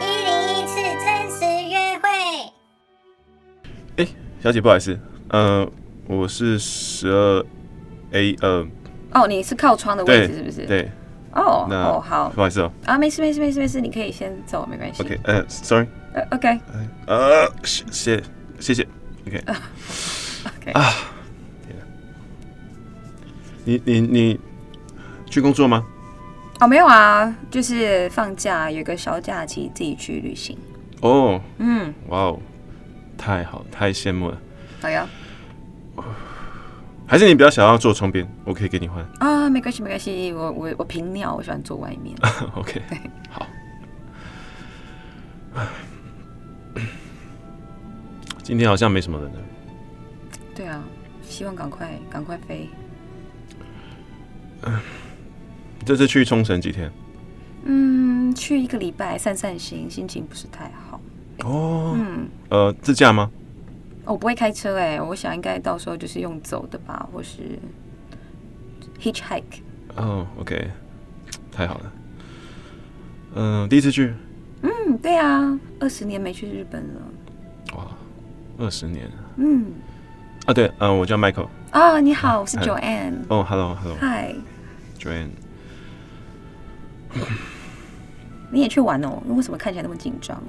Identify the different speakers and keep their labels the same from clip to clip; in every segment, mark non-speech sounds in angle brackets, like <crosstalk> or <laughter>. Speaker 1: 一零一次真实约会。
Speaker 2: 哎、小姐，不好意思，呃，我是十二 A，呃，
Speaker 3: 哦，你是靠窗的位
Speaker 2: 对，
Speaker 3: 置是不是？。
Speaker 2: 对，
Speaker 3: 哦
Speaker 2: 那
Speaker 3: 哦好
Speaker 2: 不好意思哦
Speaker 3: 啊，没事没事没事没事，你可以先走，没关系。
Speaker 2: ，OK，呃，Sorry，
Speaker 3: 呃 OK
Speaker 2: 呃，谢谢谢谢，OK，
Speaker 3: <laughs> OK
Speaker 2: 啊，天哪你你你去工作吗？
Speaker 3: 哦没有啊，就是放假有个小假期，自己去旅行。
Speaker 2: 哦，
Speaker 3: 嗯，
Speaker 2: 哇哦，太好，太羡慕了，
Speaker 3: 好呀。
Speaker 2: 还是你比较想要坐窗边，我可以给你换
Speaker 3: 啊，没关系没关系，我我我平尿，我喜欢坐外面。 <laughs>
Speaker 2: ，OK，好。今天好像没什么人了。
Speaker 3: 对啊，希望赶快赶快飞。
Speaker 2: 你这次去冲绳几天？
Speaker 3: 嗯，去一个礼拜散散心，心情不是太好。
Speaker 2: 哦，
Speaker 3: 嗯，
Speaker 2: 呃，自驾吗？
Speaker 3: 哦我不会开车哎、我想应该到时候就是用走的吧，或是 hitchhike。
Speaker 2: 哦，OK，太好了。嗯、第一次去，
Speaker 3: 嗯，对啊，二十年没去日本了。
Speaker 2: 哇，二十年
Speaker 3: 嗯，
Speaker 2: 啊！对，嗯、我叫 Michael。
Speaker 3: 啊，你好，我是
Speaker 2: 嗨
Speaker 3: Joanne。
Speaker 2: 哦，Hello，Hello，Joanne。
Speaker 3: 嗨，你也去玩哦？你为什么看起来那么紧张？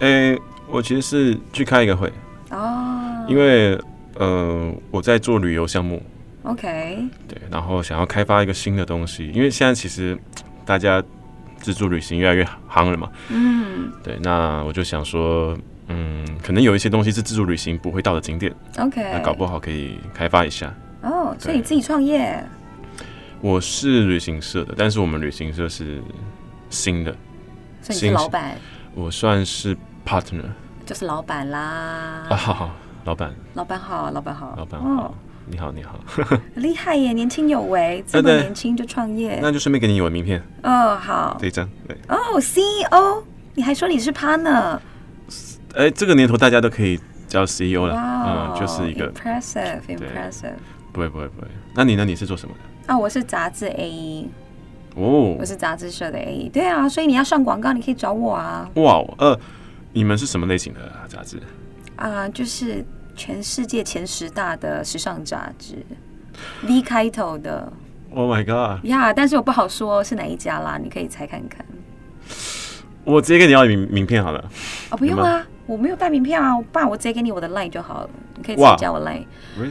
Speaker 2: 诶、我其实是去开一个会，
Speaker 3: 哦，
Speaker 2: 因为呃，我在做旅游项目，
Speaker 3: OK，
Speaker 2: 对，然后想要开发一个新的东西，因为现在其实大家自助旅行越来越行了嘛，
Speaker 3: 嗯
Speaker 2: 对，那我就想说，嗯，可能有一些东西是自助旅行不会到的景点。那
Speaker 3: ，OK，
Speaker 2: 搞不好可以开发一下。
Speaker 3: 哦，所以你
Speaker 2: 对
Speaker 3: 自己创业
Speaker 2: 我是旅行社的，但是我们旅行社是新的，
Speaker 3: 所以你
Speaker 2: 行
Speaker 3: 是老板，
Speaker 2: 我算是 partner
Speaker 3: 就是老板啦。
Speaker 2: 啊，好好，老板，
Speaker 3: 老板好，老板好，
Speaker 2: 老板
Speaker 3: 哦
Speaker 2: 好，你好，你好，
Speaker 3: 很厉害耶，年轻有为，这么
Speaker 2: 对
Speaker 3: 年轻就创业。
Speaker 2: 那就顺便给你我的名片
Speaker 3: 哦，好，
Speaker 2: 这一张，对，
Speaker 3: 哦，CEO，你还说你是 partner，
Speaker 2: 哎，这个年头大家都可以叫 CEO 了，
Speaker 3: 哇
Speaker 2: 嗯，
Speaker 3: 哦，
Speaker 2: 就是一个，
Speaker 3: impressive，impressive。
Speaker 2: 不会不会不会。那你呢？你是做什么的？
Speaker 3: 啊，我是杂志 A 一，
Speaker 2: 哦
Speaker 3: 我，是杂志社的 A 一，对啊，所以你要上广告，你可以找我啊，
Speaker 2: 哇哦，呃，你们是什么类型的杂志？
Speaker 3: 啊，就是全世界前十大的时尚杂志，V 开头的
Speaker 2: Oh my god！
Speaker 3: 呀但是我不好说是哪一家啦，你可以猜看看。
Speaker 2: 我直接给你要名名片好了。
Speaker 3: 哦，不用
Speaker 2: 有
Speaker 3: 啊，我没有带名片啊，我爸我直接给你我的 line 就好了，你可以直
Speaker 2: 哇
Speaker 3: 接加我 line。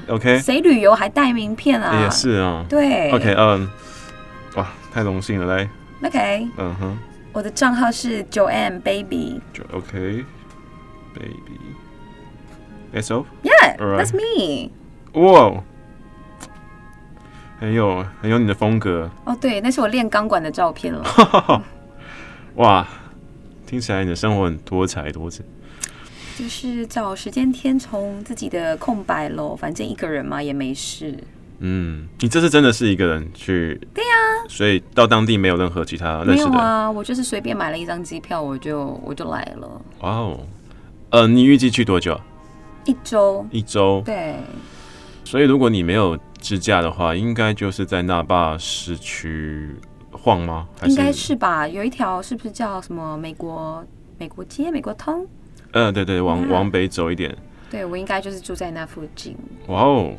Speaker 2: OK，
Speaker 3: 谁旅游还带名片啊？
Speaker 2: 也。是啊。
Speaker 3: 对
Speaker 2: OK，嗯，哇，太荣幸了，来，
Speaker 3: OK，
Speaker 2: 嗯哼。
Speaker 3: 我的账号是 Joanne Baby。
Speaker 2: 就 OK baby S O Alright
Speaker 3: Yeah，that's me。
Speaker 2: 哇，很有很有你的风格
Speaker 3: 哦，对，那是我练钢管的照片了。
Speaker 2: 哇，听起来你的生活很多彩多姿
Speaker 3: 就是找时间填充自己的空白咯，反正一个人嘛也没事。
Speaker 2: 嗯，你这次真的是一个人去？对呀、所以到当地没有任何其他认
Speaker 3: 没
Speaker 2: 识
Speaker 3: 有
Speaker 2: 的人。
Speaker 3: 啊，我就是随便买了一张机票，我就我就来了，
Speaker 2: 哇哦，呃，你预计去多久？
Speaker 3: 一周。
Speaker 2: 一周。
Speaker 3: 对，
Speaker 2: 所以如果你没有自驾的话，应该就是在那霸市区晃吗？还
Speaker 3: 应该是吧？有一条是不是叫什么美国美国街、美国通？
Speaker 2: 嗯、对对，往
Speaker 3: 嗯
Speaker 2: 往北走一点。
Speaker 3: 对我应该就是住在那附近。
Speaker 2: 哇哦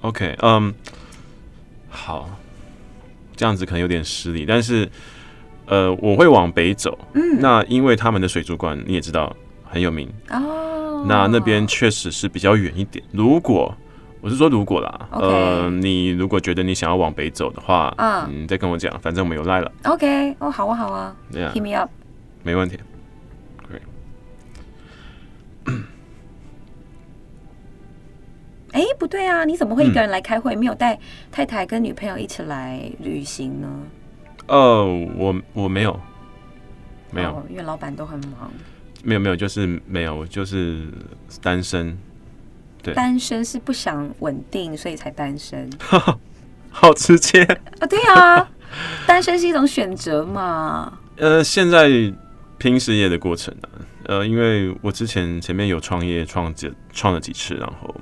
Speaker 2: ，OK，嗯、好，这样子可能有点失礼，但是呃，我会往北走。
Speaker 3: 嗯，
Speaker 2: 那因为他们的水族馆你也知道很有名，
Speaker 3: 哦，
Speaker 2: 那那边确实是比较远一点。如果我是说如果啦
Speaker 3: OK
Speaker 2: 呃，你如果觉得你想要往北走的话，
Speaker 3: 嗯
Speaker 2: 你再跟我讲，反正我们有赖了，
Speaker 3: OK 哦，好啊好啊
Speaker 2: 对呀，
Speaker 3: ，Hit me up。
Speaker 2: 没问题。Great
Speaker 3: 哎，不对啊，你怎么会一个人来开会，没有带太太跟女朋友一起来旅行呢？
Speaker 2: 哦，我我没有，没有，
Speaker 3: 哦，因为老板都很忙。
Speaker 2: 没有，没有，就是没有，我就是单身。对
Speaker 3: 单身是不想稳定，所以才单身
Speaker 2: 好直接。
Speaker 3: 啊。对啊，单身是一种选择嘛。
Speaker 2: 呃，现在拼事业的过程啊，呃，因为我之前前面有创业创几创了几次，然后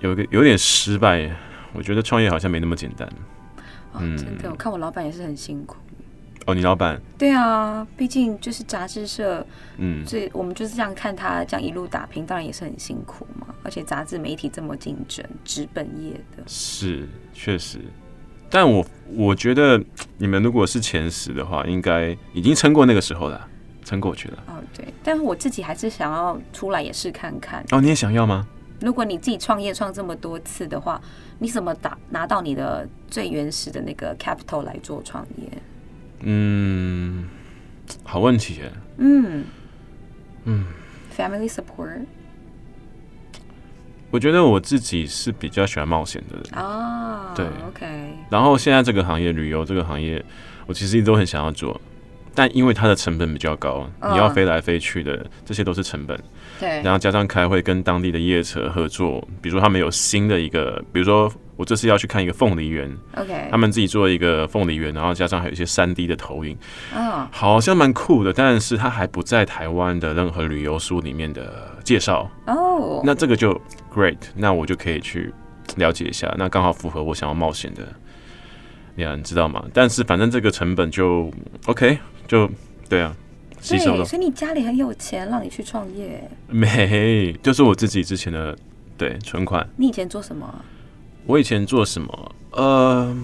Speaker 2: 有一个有点失败，我觉得创业好像没那么简单。
Speaker 3: 哦，真的，我看我老板也是很辛苦。
Speaker 2: 哦，你老板，
Speaker 3: 对啊，毕竟就是杂志社，
Speaker 2: 嗯，
Speaker 3: 这我们就是这样看他这样一路打拼，当然也是很辛苦嘛。而且杂志媒体这么竞争，纸本业的，
Speaker 2: 是确实，但我我觉得你们如果是前十的话，应该已经撑过那个时候了，撑过去了。
Speaker 3: 哦对。但是我自己还是想要出来也试看看。
Speaker 2: 哦，你也想要吗？
Speaker 3: 如果你自己创业创这么多次的话，你怎么打拿到你的最原始的那个 capital 来做创业？
Speaker 2: 嗯，好问题耶。
Speaker 3: 嗯
Speaker 2: 嗯
Speaker 3: ，family support
Speaker 2: 我觉得我自己是比较喜欢冒险的人，
Speaker 3: 啊，
Speaker 2: 对
Speaker 3: ，OK，
Speaker 2: 然后现在这个行业，旅游这个行业，我其实一直都很想要做，但因为它的成本比较高，你要
Speaker 3: 嗯
Speaker 2: 飞来飞去的，这些都是成本。
Speaker 3: 对，
Speaker 2: 然后加上开会跟当地的业者合作，比如说他们有新的一个，比如说我这次要去看一个凤梨园，
Speaker 3: OK，
Speaker 2: 他们自己做一个凤梨园，然后加上还有一些三 D 的投影，
Speaker 3: 啊，
Speaker 2: 好像蛮酷的。但是它还不在台湾的任何旅游书里面的介绍，
Speaker 3: 哦，
Speaker 2: 那这个就 great，那我就可以去了解一下，那刚好符合我想要冒险的，呀，你知道吗？但是反正这个成本就 OK，就对啊，吸收
Speaker 3: 对，
Speaker 2: 了
Speaker 3: 所以你家里很有钱，让你去创业。
Speaker 2: <laughs> 没，就是我自己之前的对存款。
Speaker 3: 你以前做什么啊？
Speaker 2: 我以前做什么？呃，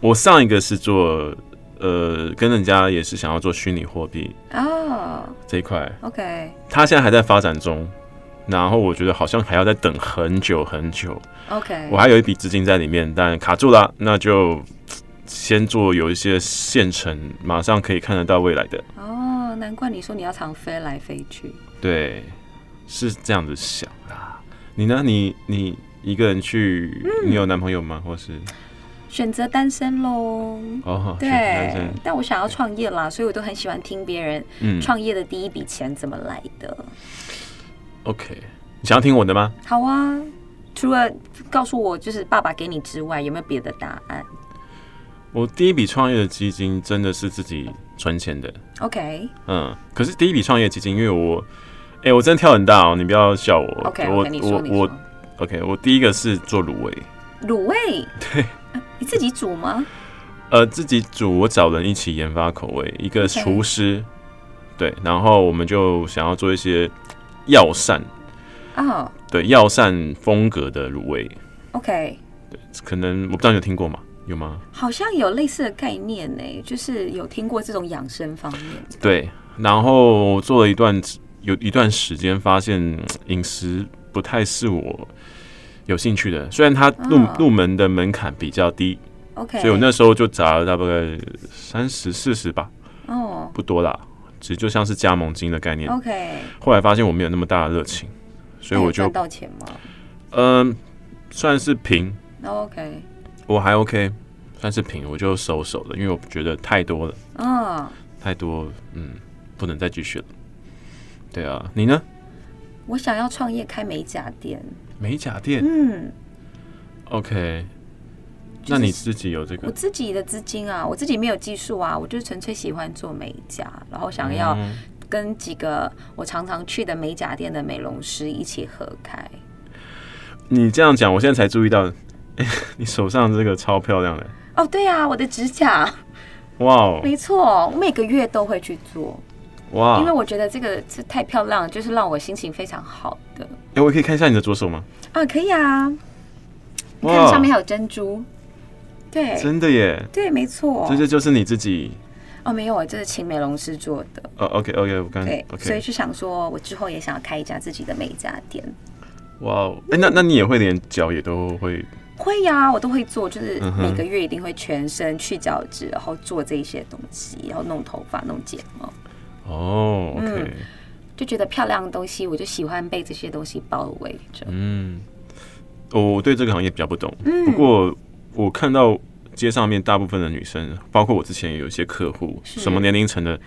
Speaker 2: 我上一个是做呃，跟人家也是想要做虚拟货币
Speaker 3: 哦
Speaker 2: 这一块，
Speaker 3: ，OK，
Speaker 2: 它现在还在发展中。然后我觉得好像还要再等很久很久，
Speaker 3: OK，
Speaker 2: 我还有一笔资金在里面，但卡住了，那就先做有一些现成，马上可以看得到未来的。
Speaker 3: 哦，难怪你说你要常飞来飞去。
Speaker 2: 对，是这样子想啦。你呢？你你一个人去，
Speaker 3: 嗯
Speaker 2: 你有男朋友吗？或是
Speaker 3: 选择单身喽，
Speaker 2: 哦，
Speaker 3: 对
Speaker 2: 选单身，
Speaker 3: 但我想要创业啦，所以我都很喜欢听别人
Speaker 2: 嗯
Speaker 3: 创业的第一笔钱怎么来的。
Speaker 2: OK，你想要听我的吗？
Speaker 3: 好啊，除了告诉我就是爸爸给你之外，有没有别的答案
Speaker 2: 我第一笔创业的基金真的是自己存钱的，
Speaker 3: ？OK，
Speaker 2: 嗯，可是第一笔创业基金，因为我，哎、我真的跳很大哦，你不要笑我
Speaker 3: OK，
Speaker 2: 我
Speaker 3: OK，你说
Speaker 2: 我
Speaker 3: 你
Speaker 2: 我
Speaker 3: 说，
Speaker 2: OK，我第一个是做卤味，
Speaker 3: 卤味，啊
Speaker 2: 对，
Speaker 3: 你自己煮吗？
Speaker 2: 呃，自己煮，我找人一起研发口味，一个
Speaker 3: OK
Speaker 2: 厨师对，然后我们就想要做一些药膳，
Speaker 3: 哦
Speaker 2: 对，药膳风格的卤味，
Speaker 3: ，OK，
Speaker 2: 可能我不知道你有听过吗？有吗？
Speaker 3: 好像有类似的概念呢、就是有听过这种养生方面的。
Speaker 2: 对，然后做了一段有一段时间，发现嗯饮食不太是我有兴趣的。虽然它入、
Speaker 3: 哦
Speaker 2: 入门的门槛比较低，
Speaker 3: OK，
Speaker 2: 所以我那时候就砸了大概三十四十吧，
Speaker 3: 哦
Speaker 2: 不多啦，其实就像是加盟金的概念。
Speaker 3: ，OK，
Speaker 2: 后来发现我没有那么大的热情，所以
Speaker 3: 那
Speaker 2: 我
Speaker 3: 有
Speaker 2: 就
Speaker 3: 赚到钱吗
Speaker 2: 嗯、算是平，
Speaker 3: ？OK，
Speaker 2: 我还 OK，算是平，我就收手了，因为我觉得太多了，
Speaker 3: 嗯，
Speaker 2: 太多，嗯，不能再继续了。对啊，你呢？
Speaker 3: 我想要创业开美甲店。
Speaker 2: 美甲店，
Speaker 3: 嗯，
Speaker 2: OK，
Speaker 3: 就是
Speaker 2: 那你自己有这
Speaker 3: 我
Speaker 2: 个？
Speaker 3: 自己的资金啊，我自己没有技术啊，我就是纯粹喜欢做美甲，然后想要
Speaker 2: 嗯
Speaker 3: 跟几个我常常去的美甲店的美容师一起合开。
Speaker 2: 你这样讲，我现在才注意到，哎、 <laughs> 你手上这个超漂亮的，
Speaker 3: 哦，对啊，我的指甲，
Speaker 2: 哇哦，
Speaker 3: 没错，我每个月都会去做，
Speaker 2: 哇！
Speaker 3: 因为
Speaker 2: 哎、
Speaker 3: 我觉得这个这太漂亮了，就是让我心情非常好的
Speaker 2: 我可以看一下你的左手吗？
Speaker 3: 啊，可以啊，你看
Speaker 2: 哇
Speaker 3: 上面还有珍珠，对
Speaker 2: 真的耶，
Speaker 3: 对，没错
Speaker 2: 这，些就是你自己。
Speaker 3: 哦，没有，这是请美容师做的，
Speaker 2: 哦，OK，OK，、我刚
Speaker 3: 对所以
Speaker 2: OK，
Speaker 3: 就想说我之后也想要开一家自己的美甲店。
Speaker 2: 嗯哇哦，哎、那那你也会连脚也都会
Speaker 3: 会呀、我都会做，就是
Speaker 2: 嗯哼
Speaker 3: 每个月一定会全身去角质，然后做这一些东西，然后弄头发、弄睫毛，
Speaker 2: 哦，OK，
Speaker 3: 嗯就觉得漂亮的东西，我就喜欢被这些东西包围着。
Speaker 2: 嗯我我对这个行业比较不懂，
Speaker 3: 嗯
Speaker 2: 不过我看到街上面大部分的女生，包括我之前也有一些客户，
Speaker 3: 是
Speaker 2: 什么年龄层的，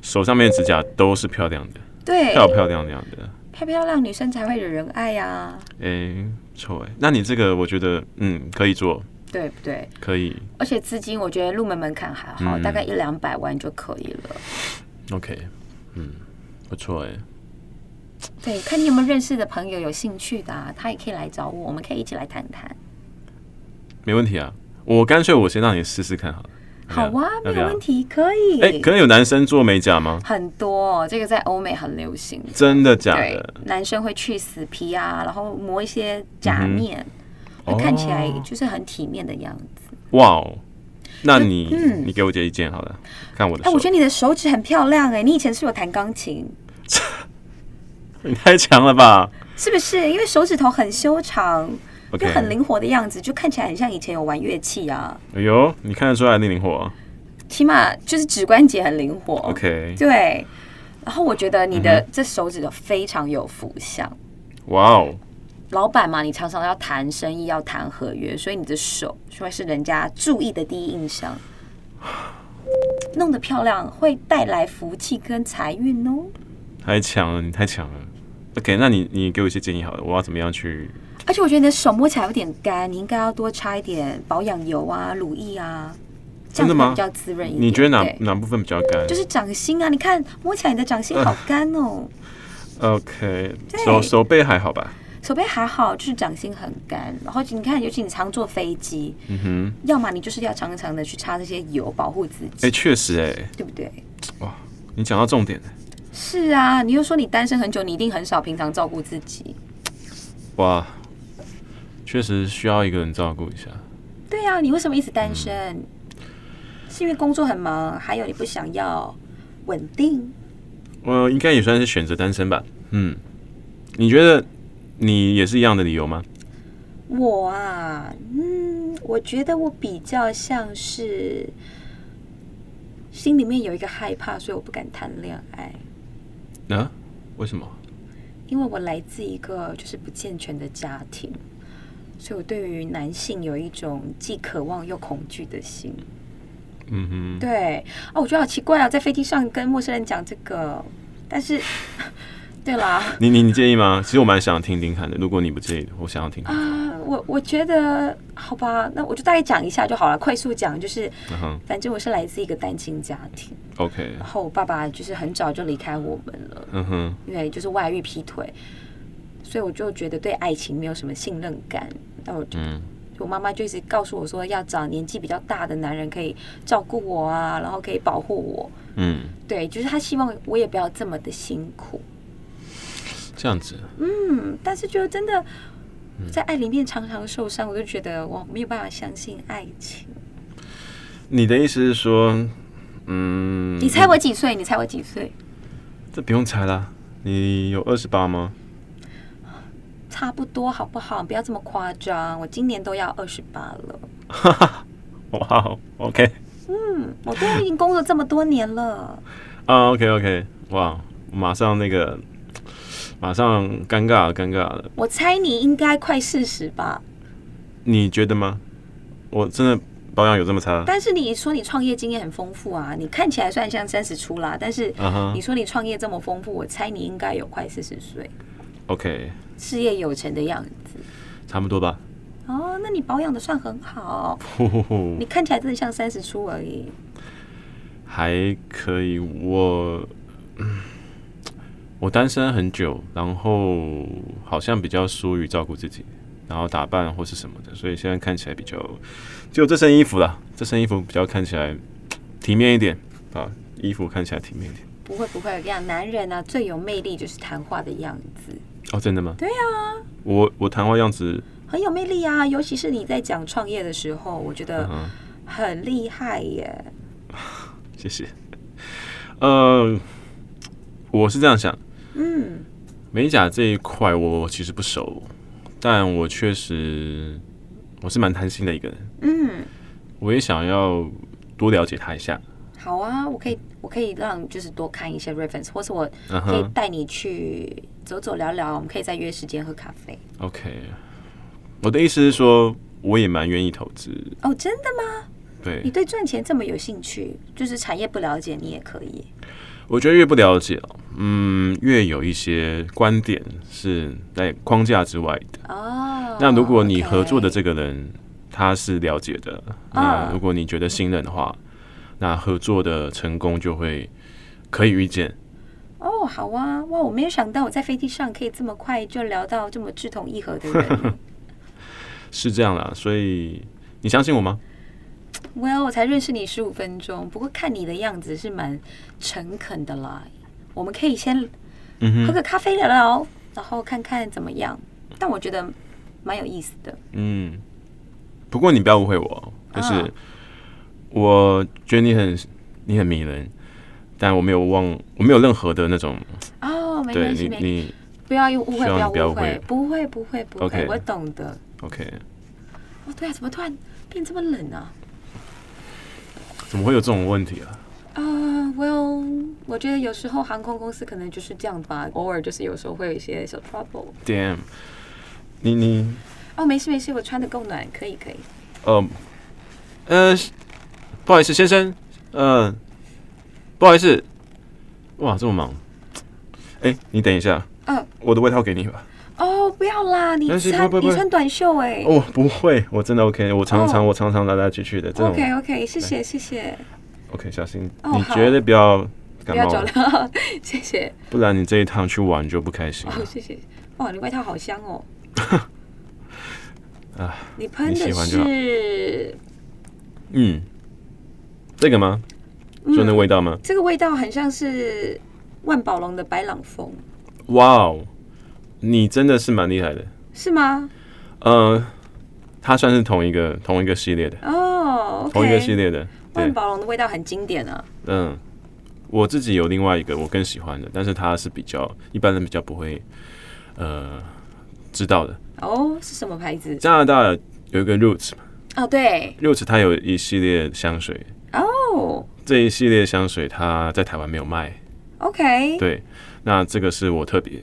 Speaker 2: 手上面的指甲都是漂亮的。
Speaker 3: 对，
Speaker 2: 漂漂亮亮的，
Speaker 3: 漂漂亮女生才会惹人爱啊呀、
Speaker 2: 诶，错哎、那你这个我觉得，嗯，可以做，
Speaker 3: 对不对？
Speaker 2: 可以
Speaker 3: 而且资金我觉得入门门槛还好，
Speaker 2: 嗯
Speaker 3: 大概一两百万就可以了。
Speaker 2: ，OK，嗯，不错哎、
Speaker 3: 对，看你有没有认识的朋友有兴趣的、啊，他也可以来找我，我们可以一起来谈谈。
Speaker 2: 没问题啊。我干脆我先让你试试看好了，
Speaker 3: 好啊，
Speaker 2: 要
Speaker 3: 没
Speaker 2: 不要
Speaker 3: 有问题，可以。
Speaker 2: 哎、可能有男生做美甲吗？
Speaker 3: 很多、这个在欧美很流行。
Speaker 2: 真的假
Speaker 3: 对
Speaker 2: 的？，
Speaker 3: 男生会去死皮啊，然后磨一些假面，那
Speaker 2: 哦
Speaker 3: 看起来就是很体面的样子。
Speaker 2: 哇哦！那你、你给我姐一件好了，看我的
Speaker 3: 嗯哎、
Speaker 2: 手。
Speaker 3: 我觉得你的手指很漂亮哎、你以前是有弹钢琴
Speaker 2: 你 <laughs> 太强了吧
Speaker 3: 是不是？因为手指头很修长
Speaker 2: ？OK，
Speaker 3: 又很灵活的样子，就看起来很像以前有玩乐器啊。
Speaker 2: 哎呦，你看得出来你灵
Speaker 3: 哦
Speaker 2: 活啊。
Speaker 3: 起码就是指关节很灵活。
Speaker 2: OK，嗯
Speaker 3: 对。然后我觉得你的这手指头非常有福相。
Speaker 2: 哇哦，
Speaker 3: 老板嘛，你常常要谈生意，要谈合约，所以你的手就会是人家注意的第一
Speaker 2: <sighs>
Speaker 3: 印象。弄得漂亮会带来福气跟财运哦，
Speaker 2: 太强了，你太强了。OK，那你你给我一些建议好了，我要怎么样去？
Speaker 3: 而且我觉得你的手摸起来有点干，你应该要多擦一点保养油啊、乳液啊，这
Speaker 2: 真
Speaker 3: 样
Speaker 2: 的
Speaker 3: 子
Speaker 2: 吗
Speaker 3: 会比较滋润一点。
Speaker 2: 你觉得哪
Speaker 3: 对
Speaker 2: 哪部分比较干
Speaker 3: 就是掌心啊，你看摸起来你的掌心好干哦，
Speaker 2: ？OK，
Speaker 3: 对
Speaker 2: 手手背还好吧？
Speaker 3: 手背还好，就是掌心很干。然后你看，尤其你常坐飞机，
Speaker 2: 嗯哼，
Speaker 3: 要么你就是要常常的去擦这些油保护自己，
Speaker 2: 哎、确实哎、
Speaker 3: 对不对？
Speaker 2: 你讲到重点了
Speaker 3: 是啊，你又说你单身很久，你一定很少平常照顾自己。
Speaker 2: 哇，确实需要一个人照顾一下。
Speaker 3: 对啊，你为什么一直单身？是因为工作很忙，还有你不想要稳定？
Speaker 2: 我呃应该也算是选择单身吧。嗯，你觉得你也是一样的理由吗？
Speaker 3: 我啊，嗯，我觉得我比较像是心里面有一个害怕，所以我不敢谈恋爱，
Speaker 2: 啊？为什么？
Speaker 3: 因为我来自一个就是不健全的家庭，所以我对于男性有一种既渴望又恐惧的心。
Speaker 2: 嗯哼，
Speaker 3: 对哦，我觉得好奇怪啊，在飞机上跟陌生人讲这个，但是， <laughs> 对啦，
Speaker 2: 你你你介意吗？其实我蛮想听听看的，如果你不介意，我想要听。
Speaker 3: 啊，我我觉得好吧，那我就大概讲一下就好了，快速讲就是，
Speaker 2: 嗯哼
Speaker 3: 反正我是来自一个单亲家庭，
Speaker 2: ，OK，
Speaker 3: 然后我爸爸就是很早就离开我们了，
Speaker 2: 嗯哼，
Speaker 3: 因为就是外遇劈腿，所以我就觉得对爱情没有什么信任感，那我就
Speaker 2: 嗯，
Speaker 3: 我妈妈就一直告诉我说要找年纪比较大的男人可以照顾我啊，然后可以保护我，
Speaker 2: 嗯，
Speaker 3: 对，就是她希望我也不要这么的辛苦。
Speaker 2: 这样子，
Speaker 3: 嗯，但是就真的在爱里面常常受伤，我就觉得我没有办法相信爱情。
Speaker 2: 你的意思是说，嗯，
Speaker 3: 你猜我几岁？你猜我几岁？
Speaker 2: 这不用猜啦。你有二十八吗？
Speaker 3: 差不多好不好？不要这么夸张，我今年都要二十八了。
Speaker 2: 哇哦，OK，
Speaker 3: 嗯，我都已经工作这么多年了，
Speaker 2: 啊，OK OK，哇，马上那个，马上尴尬了尴尬了。
Speaker 3: 我猜你应该快四十吧？
Speaker 2: 你觉得吗？我真的保养有这么差？
Speaker 3: 但是你说你创业经验很丰富啊，你看起来虽然像三十出啦，但是
Speaker 2: 啊哈
Speaker 3: 你说你创业这么丰富，我猜你应该有快四十岁，
Speaker 2: ，OK，
Speaker 3: 事业有成的样子。
Speaker 2: 差不多吧。
Speaker 3: 哦，那你保养的算很好。
Speaker 2: 呼呼呼
Speaker 3: 你，看起来真的像三十出而已。
Speaker 2: 还可以。我，嗯我单身很久，然后好像比较疏于照顾自己，然后打扮或是什么的，所以现在看起来比较，就这身衣服啦，这身衣服比较看起来体面一点啊，衣服看起来体面一点。
Speaker 3: 不会不会，我跟你讲，男人呢、最有魅力就是谈话的样子，啊
Speaker 2: 哦，真的吗？对呀、我我谈话样子，
Speaker 3: 很有魅力啊。尤其是你在讲创业的时候，我觉
Speaker 2: 嗯
Speaker 3: 得
Speaker 2: 哼。
Speaker 3: 很厉害耶。
Speaker 2: 谢谢。呃，我是这样想，
Speaker 3: 嗯，
Speaker 2: 美甲这一块我其实不熟，但我确实我是蛮贪心的一个人，
Speaker 3: 嗯，
Speaker 2: 我也想要多了解他一下。
Speaker 3: 好啊，我可以我可以让就是多看一些 reference，或是我
Speaker 2: 嗯
Speaker 3: 可以
Speaker 2: 哼
Speaker 3: 带你去走走聊聊，我们可以再约时间喝咖啡。
Speaker 2: ，OK。我的意思是说，我也蛮愿意投资，
Speaker 3: 哦，真的吗？
Speaker 2: 对
Speaker 3: 你对赚钱这么有兴趣，就是产业不了解你也可以。
Speaker 2: 我觉得越不了解哦，嗯，越有一些观点是在框架之外的。
Speaker 3: 哦，
Speaker 2: 那如果你
Speaker 3: OK
Speaker 2: 合作的这个人他是了解的，那如果你觉得信任的话，那合作的成功就会可以预见。
Speaker 3: 哦，好啊，哇，我没有想到我在飞机上可以这么快就聊到这么志
Speaker 2: <laughs>
Speaker 3: 同意合的人。
Speaker 2: 是这样啦，所以你相信我吗？
Speaker 3: Well，我才认识你十五分钟，不过看你的样子是蛮诚恳的啦。我们可以先
Speaker 2: 嗯
Speaker 3: 喝
Speaker 2: 哼，
Speaker 3: 个咖啡聊聊，然后看看怎么样。但我觉得蛮有意思的。
Speaker 2: 嗯。不过你不要误会我，就是
Speaker 3: 嗯
Speaker 2: 我觉得你很你很迷人，但我没有忘，我没有任何的那种
Speaker 3: 哦，没
Speaker 2: 对
Speaker 3: 关
Speaker 2: 你
Speaker 3: 系，没
Speaker 2: 你
Speaker 3: 不要误会，
Speaker 2: 希望你
Speaker 3: 不要
Speaker 2: 不要
Speaker 3: 误
Speaker 2: 误会
Speaker 3: 会，不会，不会，不
Speaker 2: OK
Speaker 3: 会，我懂的。
Speaker 2: OK，
Speaker 3: 哦，对啊，怎么突然变这么冷啊？
Speaker 2: 怎么会有这种问题啊？
Speaker 3: 啊、w e l l 我觉得有时候航空公司可能就是这样吧，偶尔就是有时候会有一些小 trouble。
Speaker 2: Damn，你你
Speaker 3: 哦，没事没事，我穿的够暖，可以可以。
Speaker 2: 呃呃，不好意思，先生，呃，不好意思，哇，这么忙，哎、你等一下，
Speaker 3: 嗯，
Speaker 2: 我的外套给你吧。
Speaker 3: 哦，不要啦，你
Speaker 2: 没事
Speaker 3: 穿
Speaker 2: 不会不
Speaker 3: 你
Speaker 2: 会
Speaker 3: 穿短袖哎、
Speaker 2: 哦，不会，我真的 OK，我常常、我常常来来去去的这种
Speaker 3: 哦 OK OK，谢谢谢谢，
Speaker 2: OK，小心，
Speaker 3: 哦
Speaker 2: 你
Speaker 3: 好
Speaker 2: 绝对不要
Speaker 3: 不
Speaker 2: 感
Speaker 3: 要
Speaker 2: 冒
Speaker 3: 走了， <laughs> 谢谢
Speaker 2: 不然你这一趟去玩就不开心了
Speaker 3: 哦。谢谢。哇，你外套好香哦。
Speaker 2: <laughs> 啊
Speaker 3: 你喷
Speaker 2: 你喜
Speaker 3: 的
Speaker 2: 欢就好
Speaker 3: 是
Speaker 2: 嗯，这个吗？
Speaker 3: 嗯
Speaker 2: 就那味道吗？
Speaker 3: 这个味道，很像是万宝龙的白朗风，
Speaker 2: 哇哦，你真的是蛮厉害的。
Speaker 3: 是吗？
Speaker 2: 呃，它算是同一个同一个系列的，
Speaker 3: 哦、o k
Speaker 2: 同一个系列的。
Speaker 3: 万
Speaker 2: 对，
Speaker 3: 宝龙的味道很经典啊。
Speaker 2: 嗯，我自己有另外一个我更喜欢的，但是它是比较一般人比较不会呃知道的。
Speaker 3: 哦，是什么牌子？
Speaker 2: 加拿大有一个 Roots，Roots
Speaker 3: 哦，对，
Speaker 2: 它有一系列香水，
Speaker 3: 哦
Speaker 2: 这一系列香水它在台湾没有卖。
Speaker 3: ，OK，
Speaker 2: 对，那这个是我特别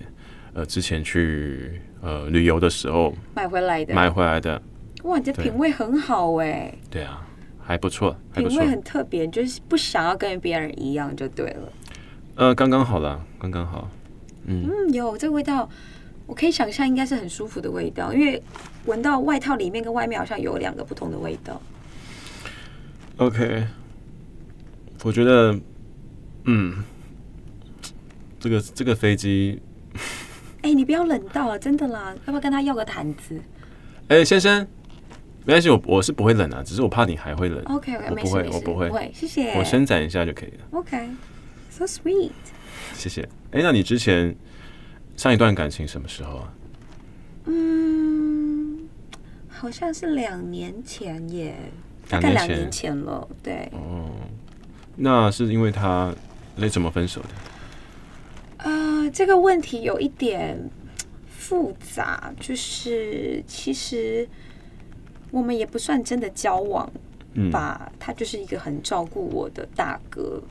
Speaker 2: 呃之前去呃旅游的时候
Speaker 3: 买回来的。
Speaker 2: 买回来的。
Speaker 3: 哇，你的
Speaker 2: 对
Speaker 3: 品味很好哎，
Speaker 2: 对啊，还不错，还
Speaker 3: 品
Speaker 2: 不错
Speaker 3: 味。很特别，就是不想要跟别人一样就对了。
Speaker 2: 呃，刚刚好啦，刚刚好。
Speaker 3: 嗯，有这个味道，我可以想象应该是很舒服的味道，因为闻到外套里面跟外面好像有两个不同的味道。
Speaker 2: OK，我觉得，嗯，这个这个飞机，
Speaker 3: 哎、你不要冷到啊，真的啦，要不要跟他要个毯子
Speaker 2: 哎、先生，没关系，我我是不会冷啊，只是我怕你还会冷，
Speaker 3: ？OK OK，
Speaker 2: 我
Speaker 3: 没
Speaker 2: 呃不
Speaker 3: 事
Speaker 2: 会
Speaker 3: 没事，
Speaker 2: 我不会
Speaker 3: 谢谢。
Speaker 2: 我伸展一下就可以了，
Speaker 3: OK，so、sweet。
Speaker 2: 谢谢。哎、那你之前上一段感情什么时候啊？
Speaker 3: 嗯，好像是两年前耶，大概两年前了。对，
Speaker 2: 哦，那是因为他那怎么分手的？
Speaker 3: 呃，这个问题有一点复杂，就是其实我们也不算真的交往
Speaker 2: 嗯
Speaker 3: 吧，他就是一个很照顾我的大哥。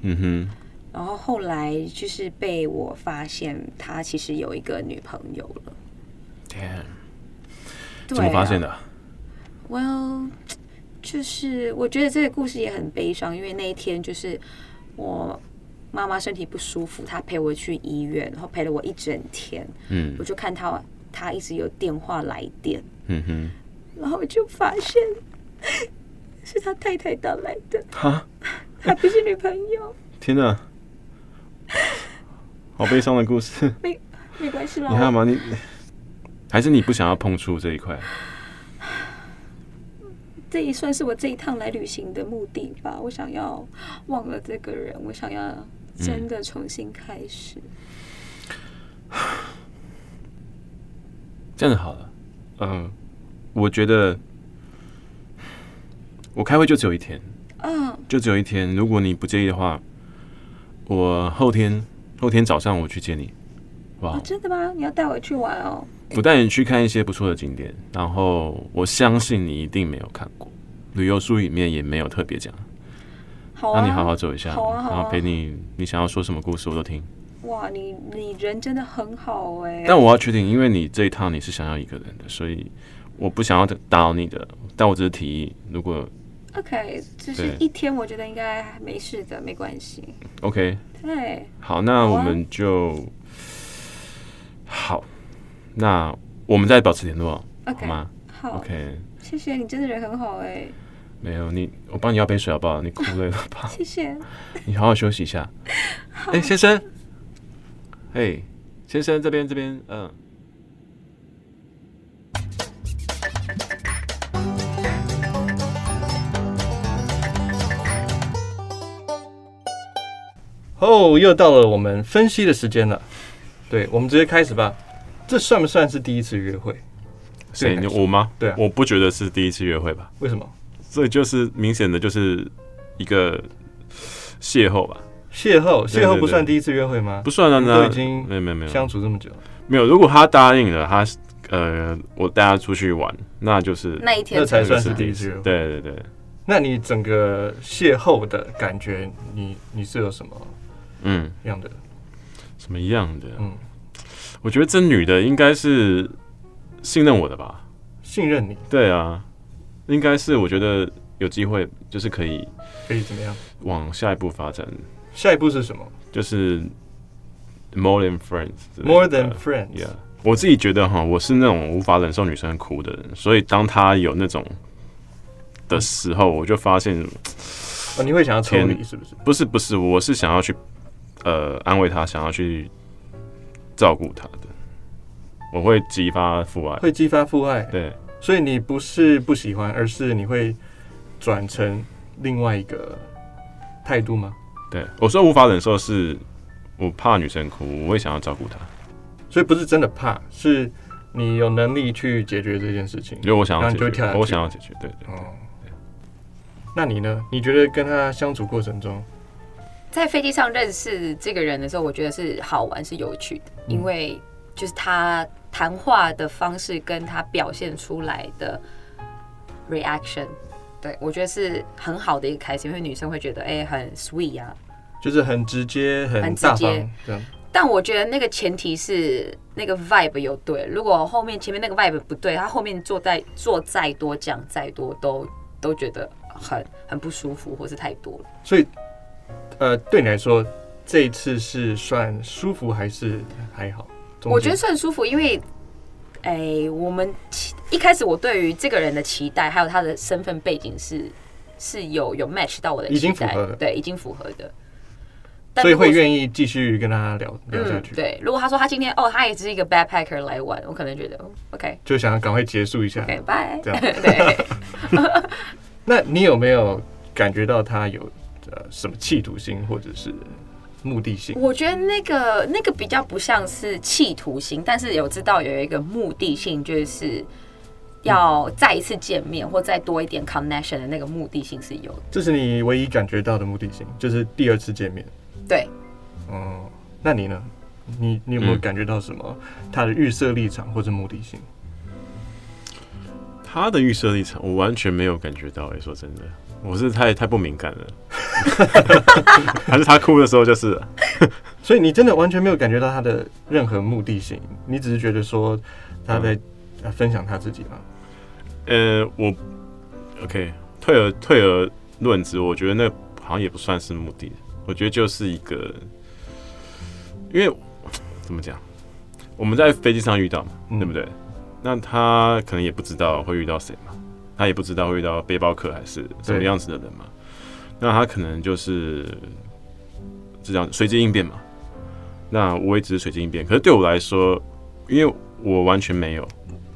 Speaker 2: 嗯
Speaker 3: 然后后来就是被我发现，他其实有一个女朋友了。
Speaker 2: 哼，Damn，
Speaker 3: 啊对
Speaker 2: 怎么发现
Speaker 3: 啊
Speaker 2: 的啊？
Speaker 3: Well，就是我觉得这个故事也很悲伤，因为那一天就是我妈妈身体不舒服，她陪我去医院，然后陪了我一整天。
Speaker 2: 嗯
Speaker 3: 我就看她，她一直有电话来电，
Speaker 2: 嗯哼，
Speaker 3: 然后我就发现是他太太打来的，
Speaker 2: 哈，
Speaker 3: 还不是女朋友。 <laughs>
Speaker 2: 天哪，好悲伤的故
Speaker 3: <laughs>
Speaker 2: 事。
Speaker 3: 没没关系啦，
Speaker 2: 你看
Speaker 3: 我
Speaker 2: 嘛，你还是你不想要碰触这一块？
Speaker 3: 这也算是我这一趟来旅行的目的吧。我想要忘了这个人，我想要真的重新开始。
Speaker 2: 这样子好了，嗯，我觉得我开会就只有一天，
Speaker 3: 嗯
Speaker 2: 就只有一天。如果你不介意的话，我后天后天早上我去接你，好不好
Speaker 3: 哦，？真的吗？你要带我去玩哦？
Speaker 2: 我带你去看一些不错的景点，然后我相信你一定没有看过，旅游书里面也没有特别讲，
Speaker 3: 好啊，
Speaker 2: 让你好好走一下，
Speaker 3: 好啊好啊
Speaker 2: 然后陪你，你想要说什么故事我都听。
Speaker 3: 哇，你你人真的很好哎、
Speaker 2: 但我要确定，因为你这一趟你是想要一个人的，所以我不想要打扰你的。但我只是提议，如果
Speaker 3: OK，就是
Speaker 2: 对
Speaker 3: 一天，我觉得应该没事的，没关系。
Speaker 2: OK，
Speaker 3: 对，
Speaker 2: 好，那
Speaker 3: 好
Speaker 2: 我
Speaker 3: 啊
Speaker 2: 们就好,、那我们再保持联络
Speaker 3: OK
Speaker 2: 好吗
Speaker 3: 好
Speaker 2: ？OK，
Speaker 3: 谢谢你，真的人很好哎、
Speaker 2: 没有你，我帮你要杯水好不好？你哭累了吧？ <laughs>
Speaker 3: 谢谢。
Speaker 2: 你好好休息一下。哎、先生，嘿，先生这边这边，嗯。
Speaker 4: 哦，又到了我们分析的时间了。对，我们直接开始吧。这算不算是第一次约会？
Speaker 2: 谁你
Speaker 4: 对
Speaker 2: 我吗？
Speaker 4: 对啊
Speaker 2: 我不觉得是第一次约会吧，
Speaker 4: 为什么？
Speaker 2: 所以就是明显的就是一个邂逅吧，
Speaker 4: 邂逅，
Speaker 2: 对
Speaker 4: 邂逅不
Speaker 2: 对
Speaker 4: 算第一次约会吗？
Speaker 2: 不啊算啊，
Speaker 4: 我们
Speaker 2: 那
Speaker 4: 都已经
Speaker 2: 没有没有没有
Speaker 4: 相处这么久，
Speaker 2: 没有，如果他答应了，他呃，我带他出去玩，那就是
Speaker 5: 那一天
Speaker 4: 那才算是
Speaker 2: 那个
Speaker 4: 第一次约会。
Speaker 2: 对对对，
Speaker 4: 那你整个邂逅的感觉，你你是有什么
Speaker 2: 嗯，
Speaker 4: 样的？
Speaker 2: 什么样的？
Speaker 4: 嗯，
Speaker 2: 我觉得这女的应该是信任我的吧？
Speaker 4: 信任你
Speaker 2: 对啊，应该是我觉得有机会，就是可以
Speaker 4: 可以怎么样？
Speaker 2: 往下一步发展，
Speaker 4: 下一步是什么
Speaker 2: 就是 more than friends 之类的
Speaker 4: ？More than friends，
Speaker 2: 呃 Yeah，我自己觉得哈，我是那种无法忍受女生哭的人，所以当她有那种的时候，我就发现
Speaker 4: 哦，你会想要抽离
Speaker 2: 天
Speaker 4: 是不是？
Speaker 2: 不是不是，我是想要去呃安慰她，想要去照顾她的，我会激发父爱。
Speaker 4: 会激发父爱，
Speaker 2: 对，
Speaker 4: 所以你不是不喜欢，而是你会转成另外一个态度吗？
Speaker 2: 对，我说无法忍受是，我怕女生哭，我会想要照顾她，
Speaker 4: 所以不是真的怕，是你有能力去解决这件事情
Speaker 2: 因。为我想要
Speaker 4: 然后你就
Speaker 2: 解决
Speaker 4: 会跳下，去
Speaker 2: 我想要解决，对对
Speaker 4: 哦，那你呢？你觉得跟他相处过程中，
Speaker 3: 在飞机上认识这个人的时候，我觉得是好玩、是有趣的，
Speaker 5: 嗯
Speaker 3: 因为就是他谈话的方式跟他表现出来的 reaction，对我觉得是很好的一个开始，因为女生会觉得哎、很 sweet 啊。
Speaker 4: 就是很直接、很
Speaker 3: 很直
Speaker 4: 大
Speaker 3: 接
Speaker 4: 方这样？
Speaker 3: 但我觉得那个前提是那个 vibe 有对，如果后面前面那个 vibe 不对，他后面做再做再多讲再多都都觉得很很不舒服，或是太多了。
Speaker 4: 所以，呃，对你来说，这一次是算舒服还是还好？中间
Speaker 3: 我觉得算舒服，因为，哎、我们期一开始我对于这个人的期待，还有他的身份背景是是有有 match 到我的
Speaker 4: 已
Speaker 3: 期
Speaker 4: 经
Speaker 3: 待
Speaker 4: 符合了，
Speaker 3: 对，已经符合的。
Speaker 4: 所以会
Speaker 3: 意
Speaker 4: 愿意继续跟他聊聊下
Speaker 3: 嗯
Speaker 4: 去，，
Speaker 3: 对。如果他说他今天哦，他也只是一个 backpacker 来玩，我可能觉得 OK
Speaker 4: 就想要赶快结束一下。
Speaker 3: OK 拜。
Speaker 4: 这样
Speaker 3: <laughs> 对，
Speaker 4: 那你有没有感觉到他有呃什么企图心或者是目的性？
Speaker 3: 我觉得那个那个比较不像是企图心，但是有知道有一个目的性，就是要再一次见面或再多一点 connection 的那个目的性是有的。
Speaker 4: 这是你唯一感觉到的目的性，就是第二次见面。
Speaker 3: 对，
Speaker 4: 哦，那你呢？你你有没有
Speaker 2: 嗯
Speaker 4: 感觉到什么他的预设立场或者目的性？
Speaker 2: 她的预设立场我完全没有感觉到、欸，说真的，我是太太不敏感
Speaker 4: <laughs>
Speaker 2: 了， <laughs> 还是她哭的时候就是，
Speaker 4: 所以你真的完全没有感觉到他的任何目的性，你只是觉得说他在、呃分享他自己嘛？
Speaker 2: 呃，我 OK，退而退而论之，我觉得那好像也不算是目的，我觉得就是一个，因为怎么讲，我们在飞机上遇到嘛，
Speaker 4: 嗯
Speaker 2: 对不对？那他可能也不知道会遇到谁嘛，他也不知道会遇到背包客还是什么
Speaker 4: 对
Speaker 2: 样子的人嘛，那他可能就是这样随机应变嘛。那我也只是随机应变，可是对我来说，因为我完全没有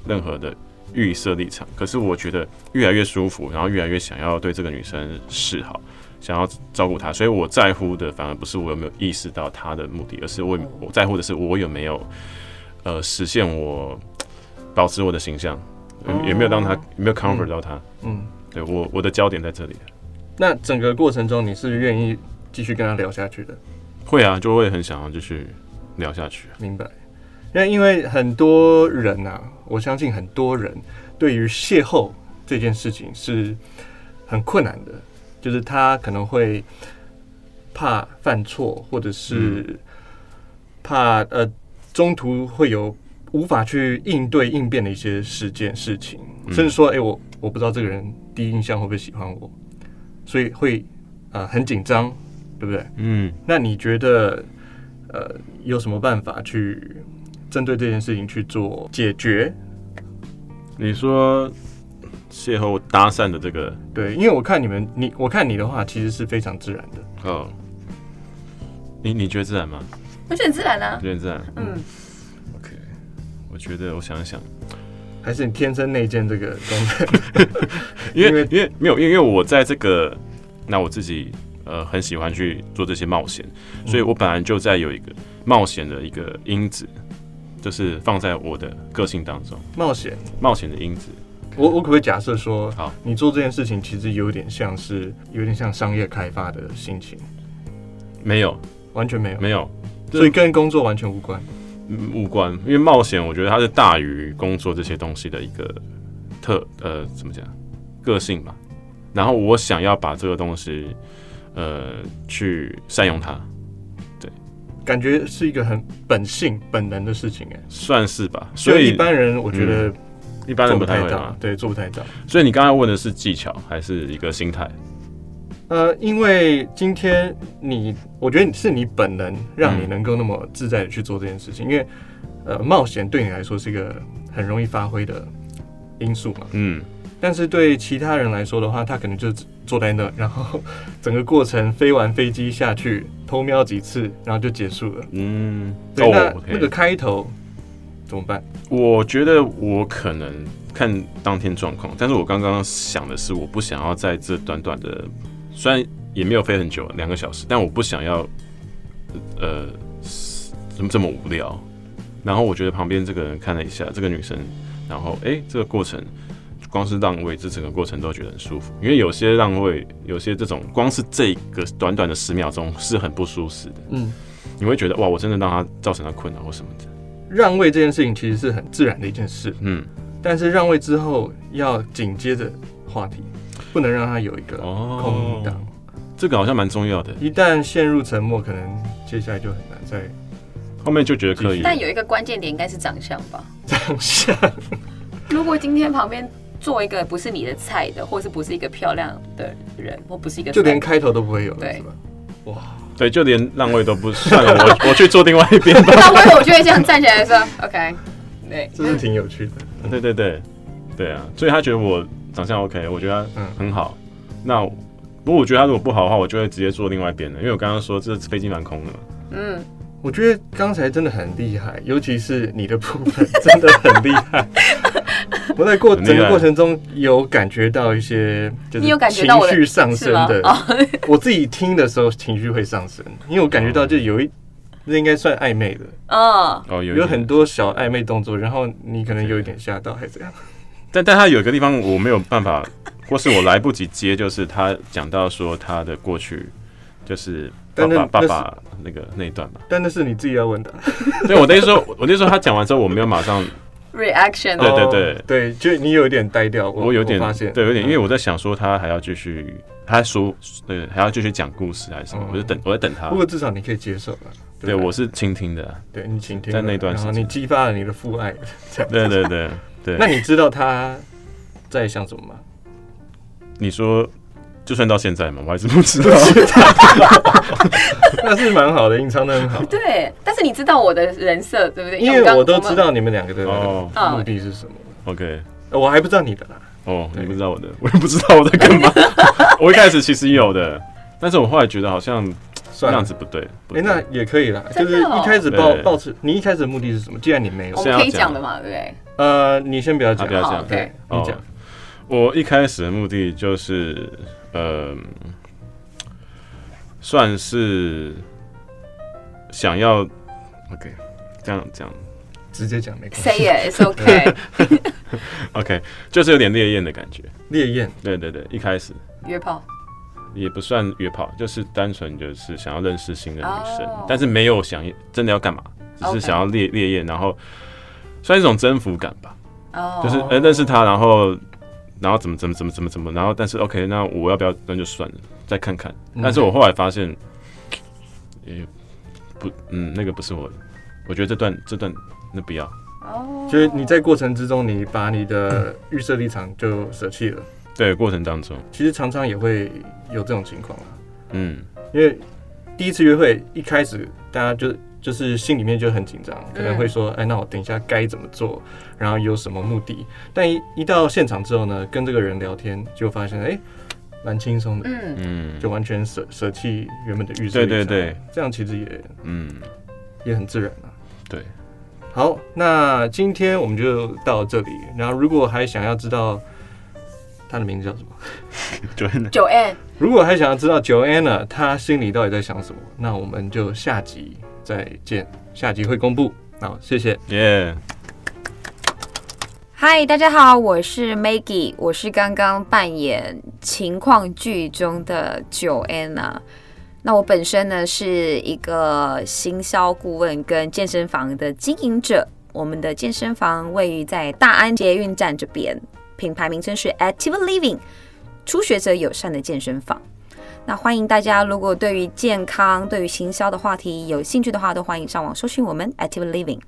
Speaker 2: 任何的预设立场，可是我觉得越来越舒服，然后越来越想要对这个女生示好，想要照顾她，所以我在乎的反而不是我有没有意识到她的目的，而是我我在乎的是我有没有呃实现我保持我的形象，有有没有让她
Speaker 4: 哦
Speaker 2: 有没有 comfort 到她？
Speaker 4: 嗯，
Speaker 2: 对我我的焦点在这里，
Speaker 4: 那整个过程中你是愿意继续跟他聊下去的，
Speaker 2: 会啊，就会很想要继续聊下去。
Speaker 4: 明白？那因为很多人啊，我相信很多人对于邂逅这件事情是很困难的，就是他可能会怕犯错，或者是怕呃中途会有无法去应对应变的一些事件事情，
Speaker 2: 嗯
Speaker 4: 甚至说，哎、我我不知道这个人第一印象会不会喜欢我，所以会啊很紧张，对不对？
Speaker 2: 嗯，
Speaker 4: 那你觉得，呃，有什么办法去针对这件事情去做解决？
Speaker 2: 你说邂逅搭讪的这个
Speaker 4: 对，因为我看你们，你我看你的话，其实是非常自然的。
Speaker 2: 哦，你你觉得自然吗？
Speaker 3: 我觉得很自然啊
Speaker 2: 你。觉得自然
Speaker 3: 嗯，
Speaker 2: ？OK，我觉得我想一想，
Speaker 4: 还是你天生内建这个功能？
Speaker 2: 因
Speaker 4: 因
Speaker 2: 为
Speaker 4: 为
Speaker 2: 因为没有，因为我在这个那我自己呃很喜欢去做这些冒险，所以我本来就在有一个冒险的一个因子，就是放在我的个性当中，<laughs>
Speaker 4: 冒险。
Speaker 2: 冒险的因子。
Speaker 4: 我我可不可以假设说，
Speaker 2: 好
Speaker 4: 你做这件事情其实有点像是有点像商业开发的心情，
Speaker 2: 没有，
Speaker 4: 完全没有，
Speaker 2: 没有，
Speaker 4: 所以跟工作完全无关。
Speaker 2: 嗯无关，因为冒险，我觉得它是大于工作这些东西的一个特呃怎么讲个性吧。然后我想要把这个东西呃去善用它，
Speaker 4: 感觉是一个很本性本能的事情哎，
Speaker 2: 算是吧。
Speaker 4: 所
Speaker 2: 所
Speaker 4: 以一
Speaker 2: 以嗯
Speaker 4: 般人我觉得
Speaker 2: 一般
Speaker 4: 做
Speaker 2: 人不
Speaker 4: 不
Speaker 2: 太
Speaker 4: 太
Speaker 2: 会啊
Speaker 4: 到
Speaker 2: 嘛，。
Speaker 4: 对，做不太到。
Speaker 2: 所以你刚才问的是技巧还是一个心态？
Speaker 4: 呃，因为今天你，我觉得是你本能让你能够那么自在的去做这件事情，因为呃，冒险对你来说是一个很容易发挥的因素嘛。
Speaker 2: 嗯，
Speaker 4: 但是对其他人来说的话，他可能就只坐在那，然后整个过程飞完飞机下去，偷瞄几次，然后就结束了。
Speaker 2: 嗯，
Speaker 4: 对，那、
Speaker 2: o
Speaker 4: 那
Speaker 2: k
Speaker 4: 个开头怎么办？
Speaker 2: 我觉得我可能看当天状况，但是我刚刚想的是，我不想要在这短短的，虽然也没有飞很久，两个小时，但我不想要，呃，怎么这么无聊。然后我觉得旁边这个人看了一下这个女生，然后诶，这个过程光是让位，这整个过程都觉得很舒服，因为有些让位，有些这种光是这个短短的十秒钟是很不舒适的，
Speaker 4: 嗯，
Speaker 2: 你会觉得哇，我真的让他造成他困扰或什么的，
Speaker 4: 让位这件事情其实是很自然的一件事，
Speaker 2: 嗯，
Speaker 4: 但是让位之后要紧接着话题，不能让它有一个空档。
Speaker 2: 这个好像蛮重要的。
Speaker 4: 一旦陷入沉默，可能接下来就很难再
Speaker 2: 后面就觉得可以了。
Speaker 6: 但有一个关键点应该是长相吧。
Speaker 4: 当 <laughs> 下。
Speaker 6: 如果今天旁边坐一个不是你的菜的，或是不是一个漂亮的人，或不是一个
Speaker 4: 就连
Speaker 6: 菜
Speaker 4: 开头都不会有了，
Speaker 6: 对
Speaker 4: 是吧？
Speaker 2: 对，就连让位都不算了，我我去坐另外一边吧。 <laughs>
Speaker 6: <laughs> 那我有我就会这样站起来说 <laughs> OK，对，
Speaker 4: 这是挺有趣的。
Speaker 2: 对对对，对啊，所以他觉得我长相 OK，我觉得他
Speaker 4: 嗯
Speaker 2: 很好。那不过我觉得他如果不好的话，我就会直接坐另外一边了，因为我刚刚说这飞机蛮空的嘛。
Speaker 6: 嗯，
Speaker 4: <laughs> 我觉得刚才真的很厉害，尤其是你的部分真的很厉 <laughs> 害。我在过
Speaker 2: 很厉害
Speaker 4: 整个过程中有感觉到一些，就是
Speaker 6: 你有感觉
Speaker 4: 情
Speaker 6: 到我的
Speaker 4: 绪上升
Speaker 6: 是吗？
Speaker 4: 的。
Speaker 6: 哦，
Speaker 4: 我自己听的时候情绪会上升，因为我感觉到就有一，那应该算暧昧的，
Speaker 6: 嗯，
Speaker 2: 哦，有一
Speaker 4: 有
Speaker 2: 点
Speaker 4: 很，多小暧昧动作，然后你可能有一点吓到，还是这样。
Speaker 2: 但但他有一个地方我没有办法， <laughs> 或是我来不及接，就是他讲到说他的过去，就是爸
Speaker 4: 但那
Speaker 2: 爸爸
Speaker 4: 那是
Speaker 2: 爸那个那一段嘛。
Speaker 4: 但那是你自己要问的。
Speaker 2: 对，我那时候我那时候他讲完之后，我没有马上，
Speaker 6: reaction，
Speaker 2: 对对
Speaker 4: 哦
Speaker 2: 对
Speaker 4: 对，就你有一点呆掉，我
Speaker 2: 我有点
Speaker 4: 发现，
Speaker 2: 对，有点，因为
Speaker 4: 嗯
Speaker 2: 我在想说他还要继续，他说对还要继续讲故事还是什么，
Speaker 4: 嗯
Speaker 2: 我就等我在等他
Speaker 4: 不。过至少你可以接受了。
Speaker 2: 对，
Speaker 4: 吧
Speaker 2: 我是倾听的啊，
Speaker 4: 对你倾听
Speaker 2: 在
Speaker 4: 了，
Speaker 2: 那段时
Speaker 4: 然后
Speaker 2: 间
Speaker 4: 你激发了你的父
Speaker 2: <laughs>
Speaker 4: 爱。这样
Speaker 2: 对对对
Speaker 4: <laughs>
Speaker 2: 对。
Speaker 4: 那你知道他在想什么吗？ <laughs>
Speaker 2: 你说，就算到现在嘛，我还是不知道。
Speaker 4: 那是蛮好的，隐藏的很好
Speaker 6: 对，但是你知道我的人设对不对？
Speaker 4: 因
Speaker 6: 我
Speaker 4: 为
Speaker 6: 刚
Speaker 4: 我都
Speaker 6: 们
Speaker 4: 知道你们两个的
Speaker 2: 哦
Speaker 4: 目的是什么。
Speaker 2: <laughs> OK，
Speaker 4: 呃我还不知道你的啦，
Speaker 2: 哦，
Speaker 4: 对
Speaker 2: 你不知道我的，我也不知道我在干嘛。 <laughs> 我一开始其实有的，但是我后来觉得好像这
Speaker 4: 算
Speaker 2: 样
Speaker 4: 了。
Speaker 2: 子不对。不对
Speaker 4: 哎、那也可以啦，就
Speaker 6: 真的
Speaker 4: 是
Speaker 6: 哦
Speaker 4: 一开始抱
Speaker 2: 对
Speaker 4: 抱持，你一开始的目的是什么？既然你没
Speaker 6: 我
Speaker 4: 有，
Speaker 2: 是
Speaker 6: 们
Speaker 2: 要
Speaker 6: 可以
Speaker 2: 讲
Speaker 6: 讲的嘛，对不对？
Speaker 4: 呃，你先不要
Speaker 2: 啊
Speaker 4: 讲，
Speaker 2: 不要
Speaker 6: 好
Speaker 2: 讲，
Speaker 6: 对
Speaker 4: 你讲、
Speaker 2: 哦我一开始的目的就是，呃，算是想要，OK，这样这样
Speaker 4: 直接讲没关系。
Speaker 6: ，say it it's
Speaker 4: <laughs>
Speaker 6: OK，
Speaker 2: ，OK，就是有点烈焰的感觉。
Speaker 4: 烈焰，
Speaker 2: 对对对，一开始
Speaker 6: 约炮
Speaker 2: 也不算约炮，就是单纯就是想要认识新的女生
Speaker 6: 哦
Speaker 2: 但是没有想真的要干嘛，只是
Speaker 6: OK
Speaker 2: 想要烈烈焰，然后算一种征服感吧。
Speaker 6: 哦，
Speaker 2: 就是呃认识他，然后然后怎么怎么怎么怎么怎么，然后但是 OK，那我要不要那就算了，再看看。但是我后来发现，也不嗯那个不是我的，我觉得这段这段那不要，
Speaker 6: 哦，
Speaker 4: 就是你在过程之中，你把你的预设立场就舍弃了。
Speaker 2: 对过程当中，
Speaker 4: 其实常常也会有这种情况啊，
Speaker 2: 嗯
Speaker 4: 因为第一次约会一开始大家就就是心里面就很紧张，可能会说，哎，那我等一下该怎么做，然后有什么目的。但一一到现场之后呢，跟这个人聊天，就发现，哎，蛮轻松的，
Speaker 6: 嗯，
Speaker 2: 嗯
Speaker 4: 就完全舍舍弃原本的预设
Speaker 2: 对对
Speaker 4: 立场
Speaker 2: 对，
Speaker 4: 这样其实也
Speaker 2: 嗯，
Speaker 4: 也很自然啊。
Speaker 2: 对，
Speaker 4: 好，那今天我们就到这里。然后，如果还想要知道她的名字叫什么？
Speaker 2: 对，
Speaker 6: 九 N
Speaker 4: 如果还想要知道 Joanna 她心里到底在想什么，那我们就下集再见，下集会公布。好，谢谢。
Speaker 2: 耶、
Speaker 3: 嗨，大家好，我是 Maggie，我是刚刚扮演情况剧中的 Joanna。那我本身呢是一个行销顾问跟健身房的经营者，我们的健身房位于在大安捷运站这边，品牌名称是 Active Living，初学者友善的健身房。那欢迎大家，如果对于健康、对于行销的话题有兴趣的话，都欢迎上网搜寻我们 Active Living。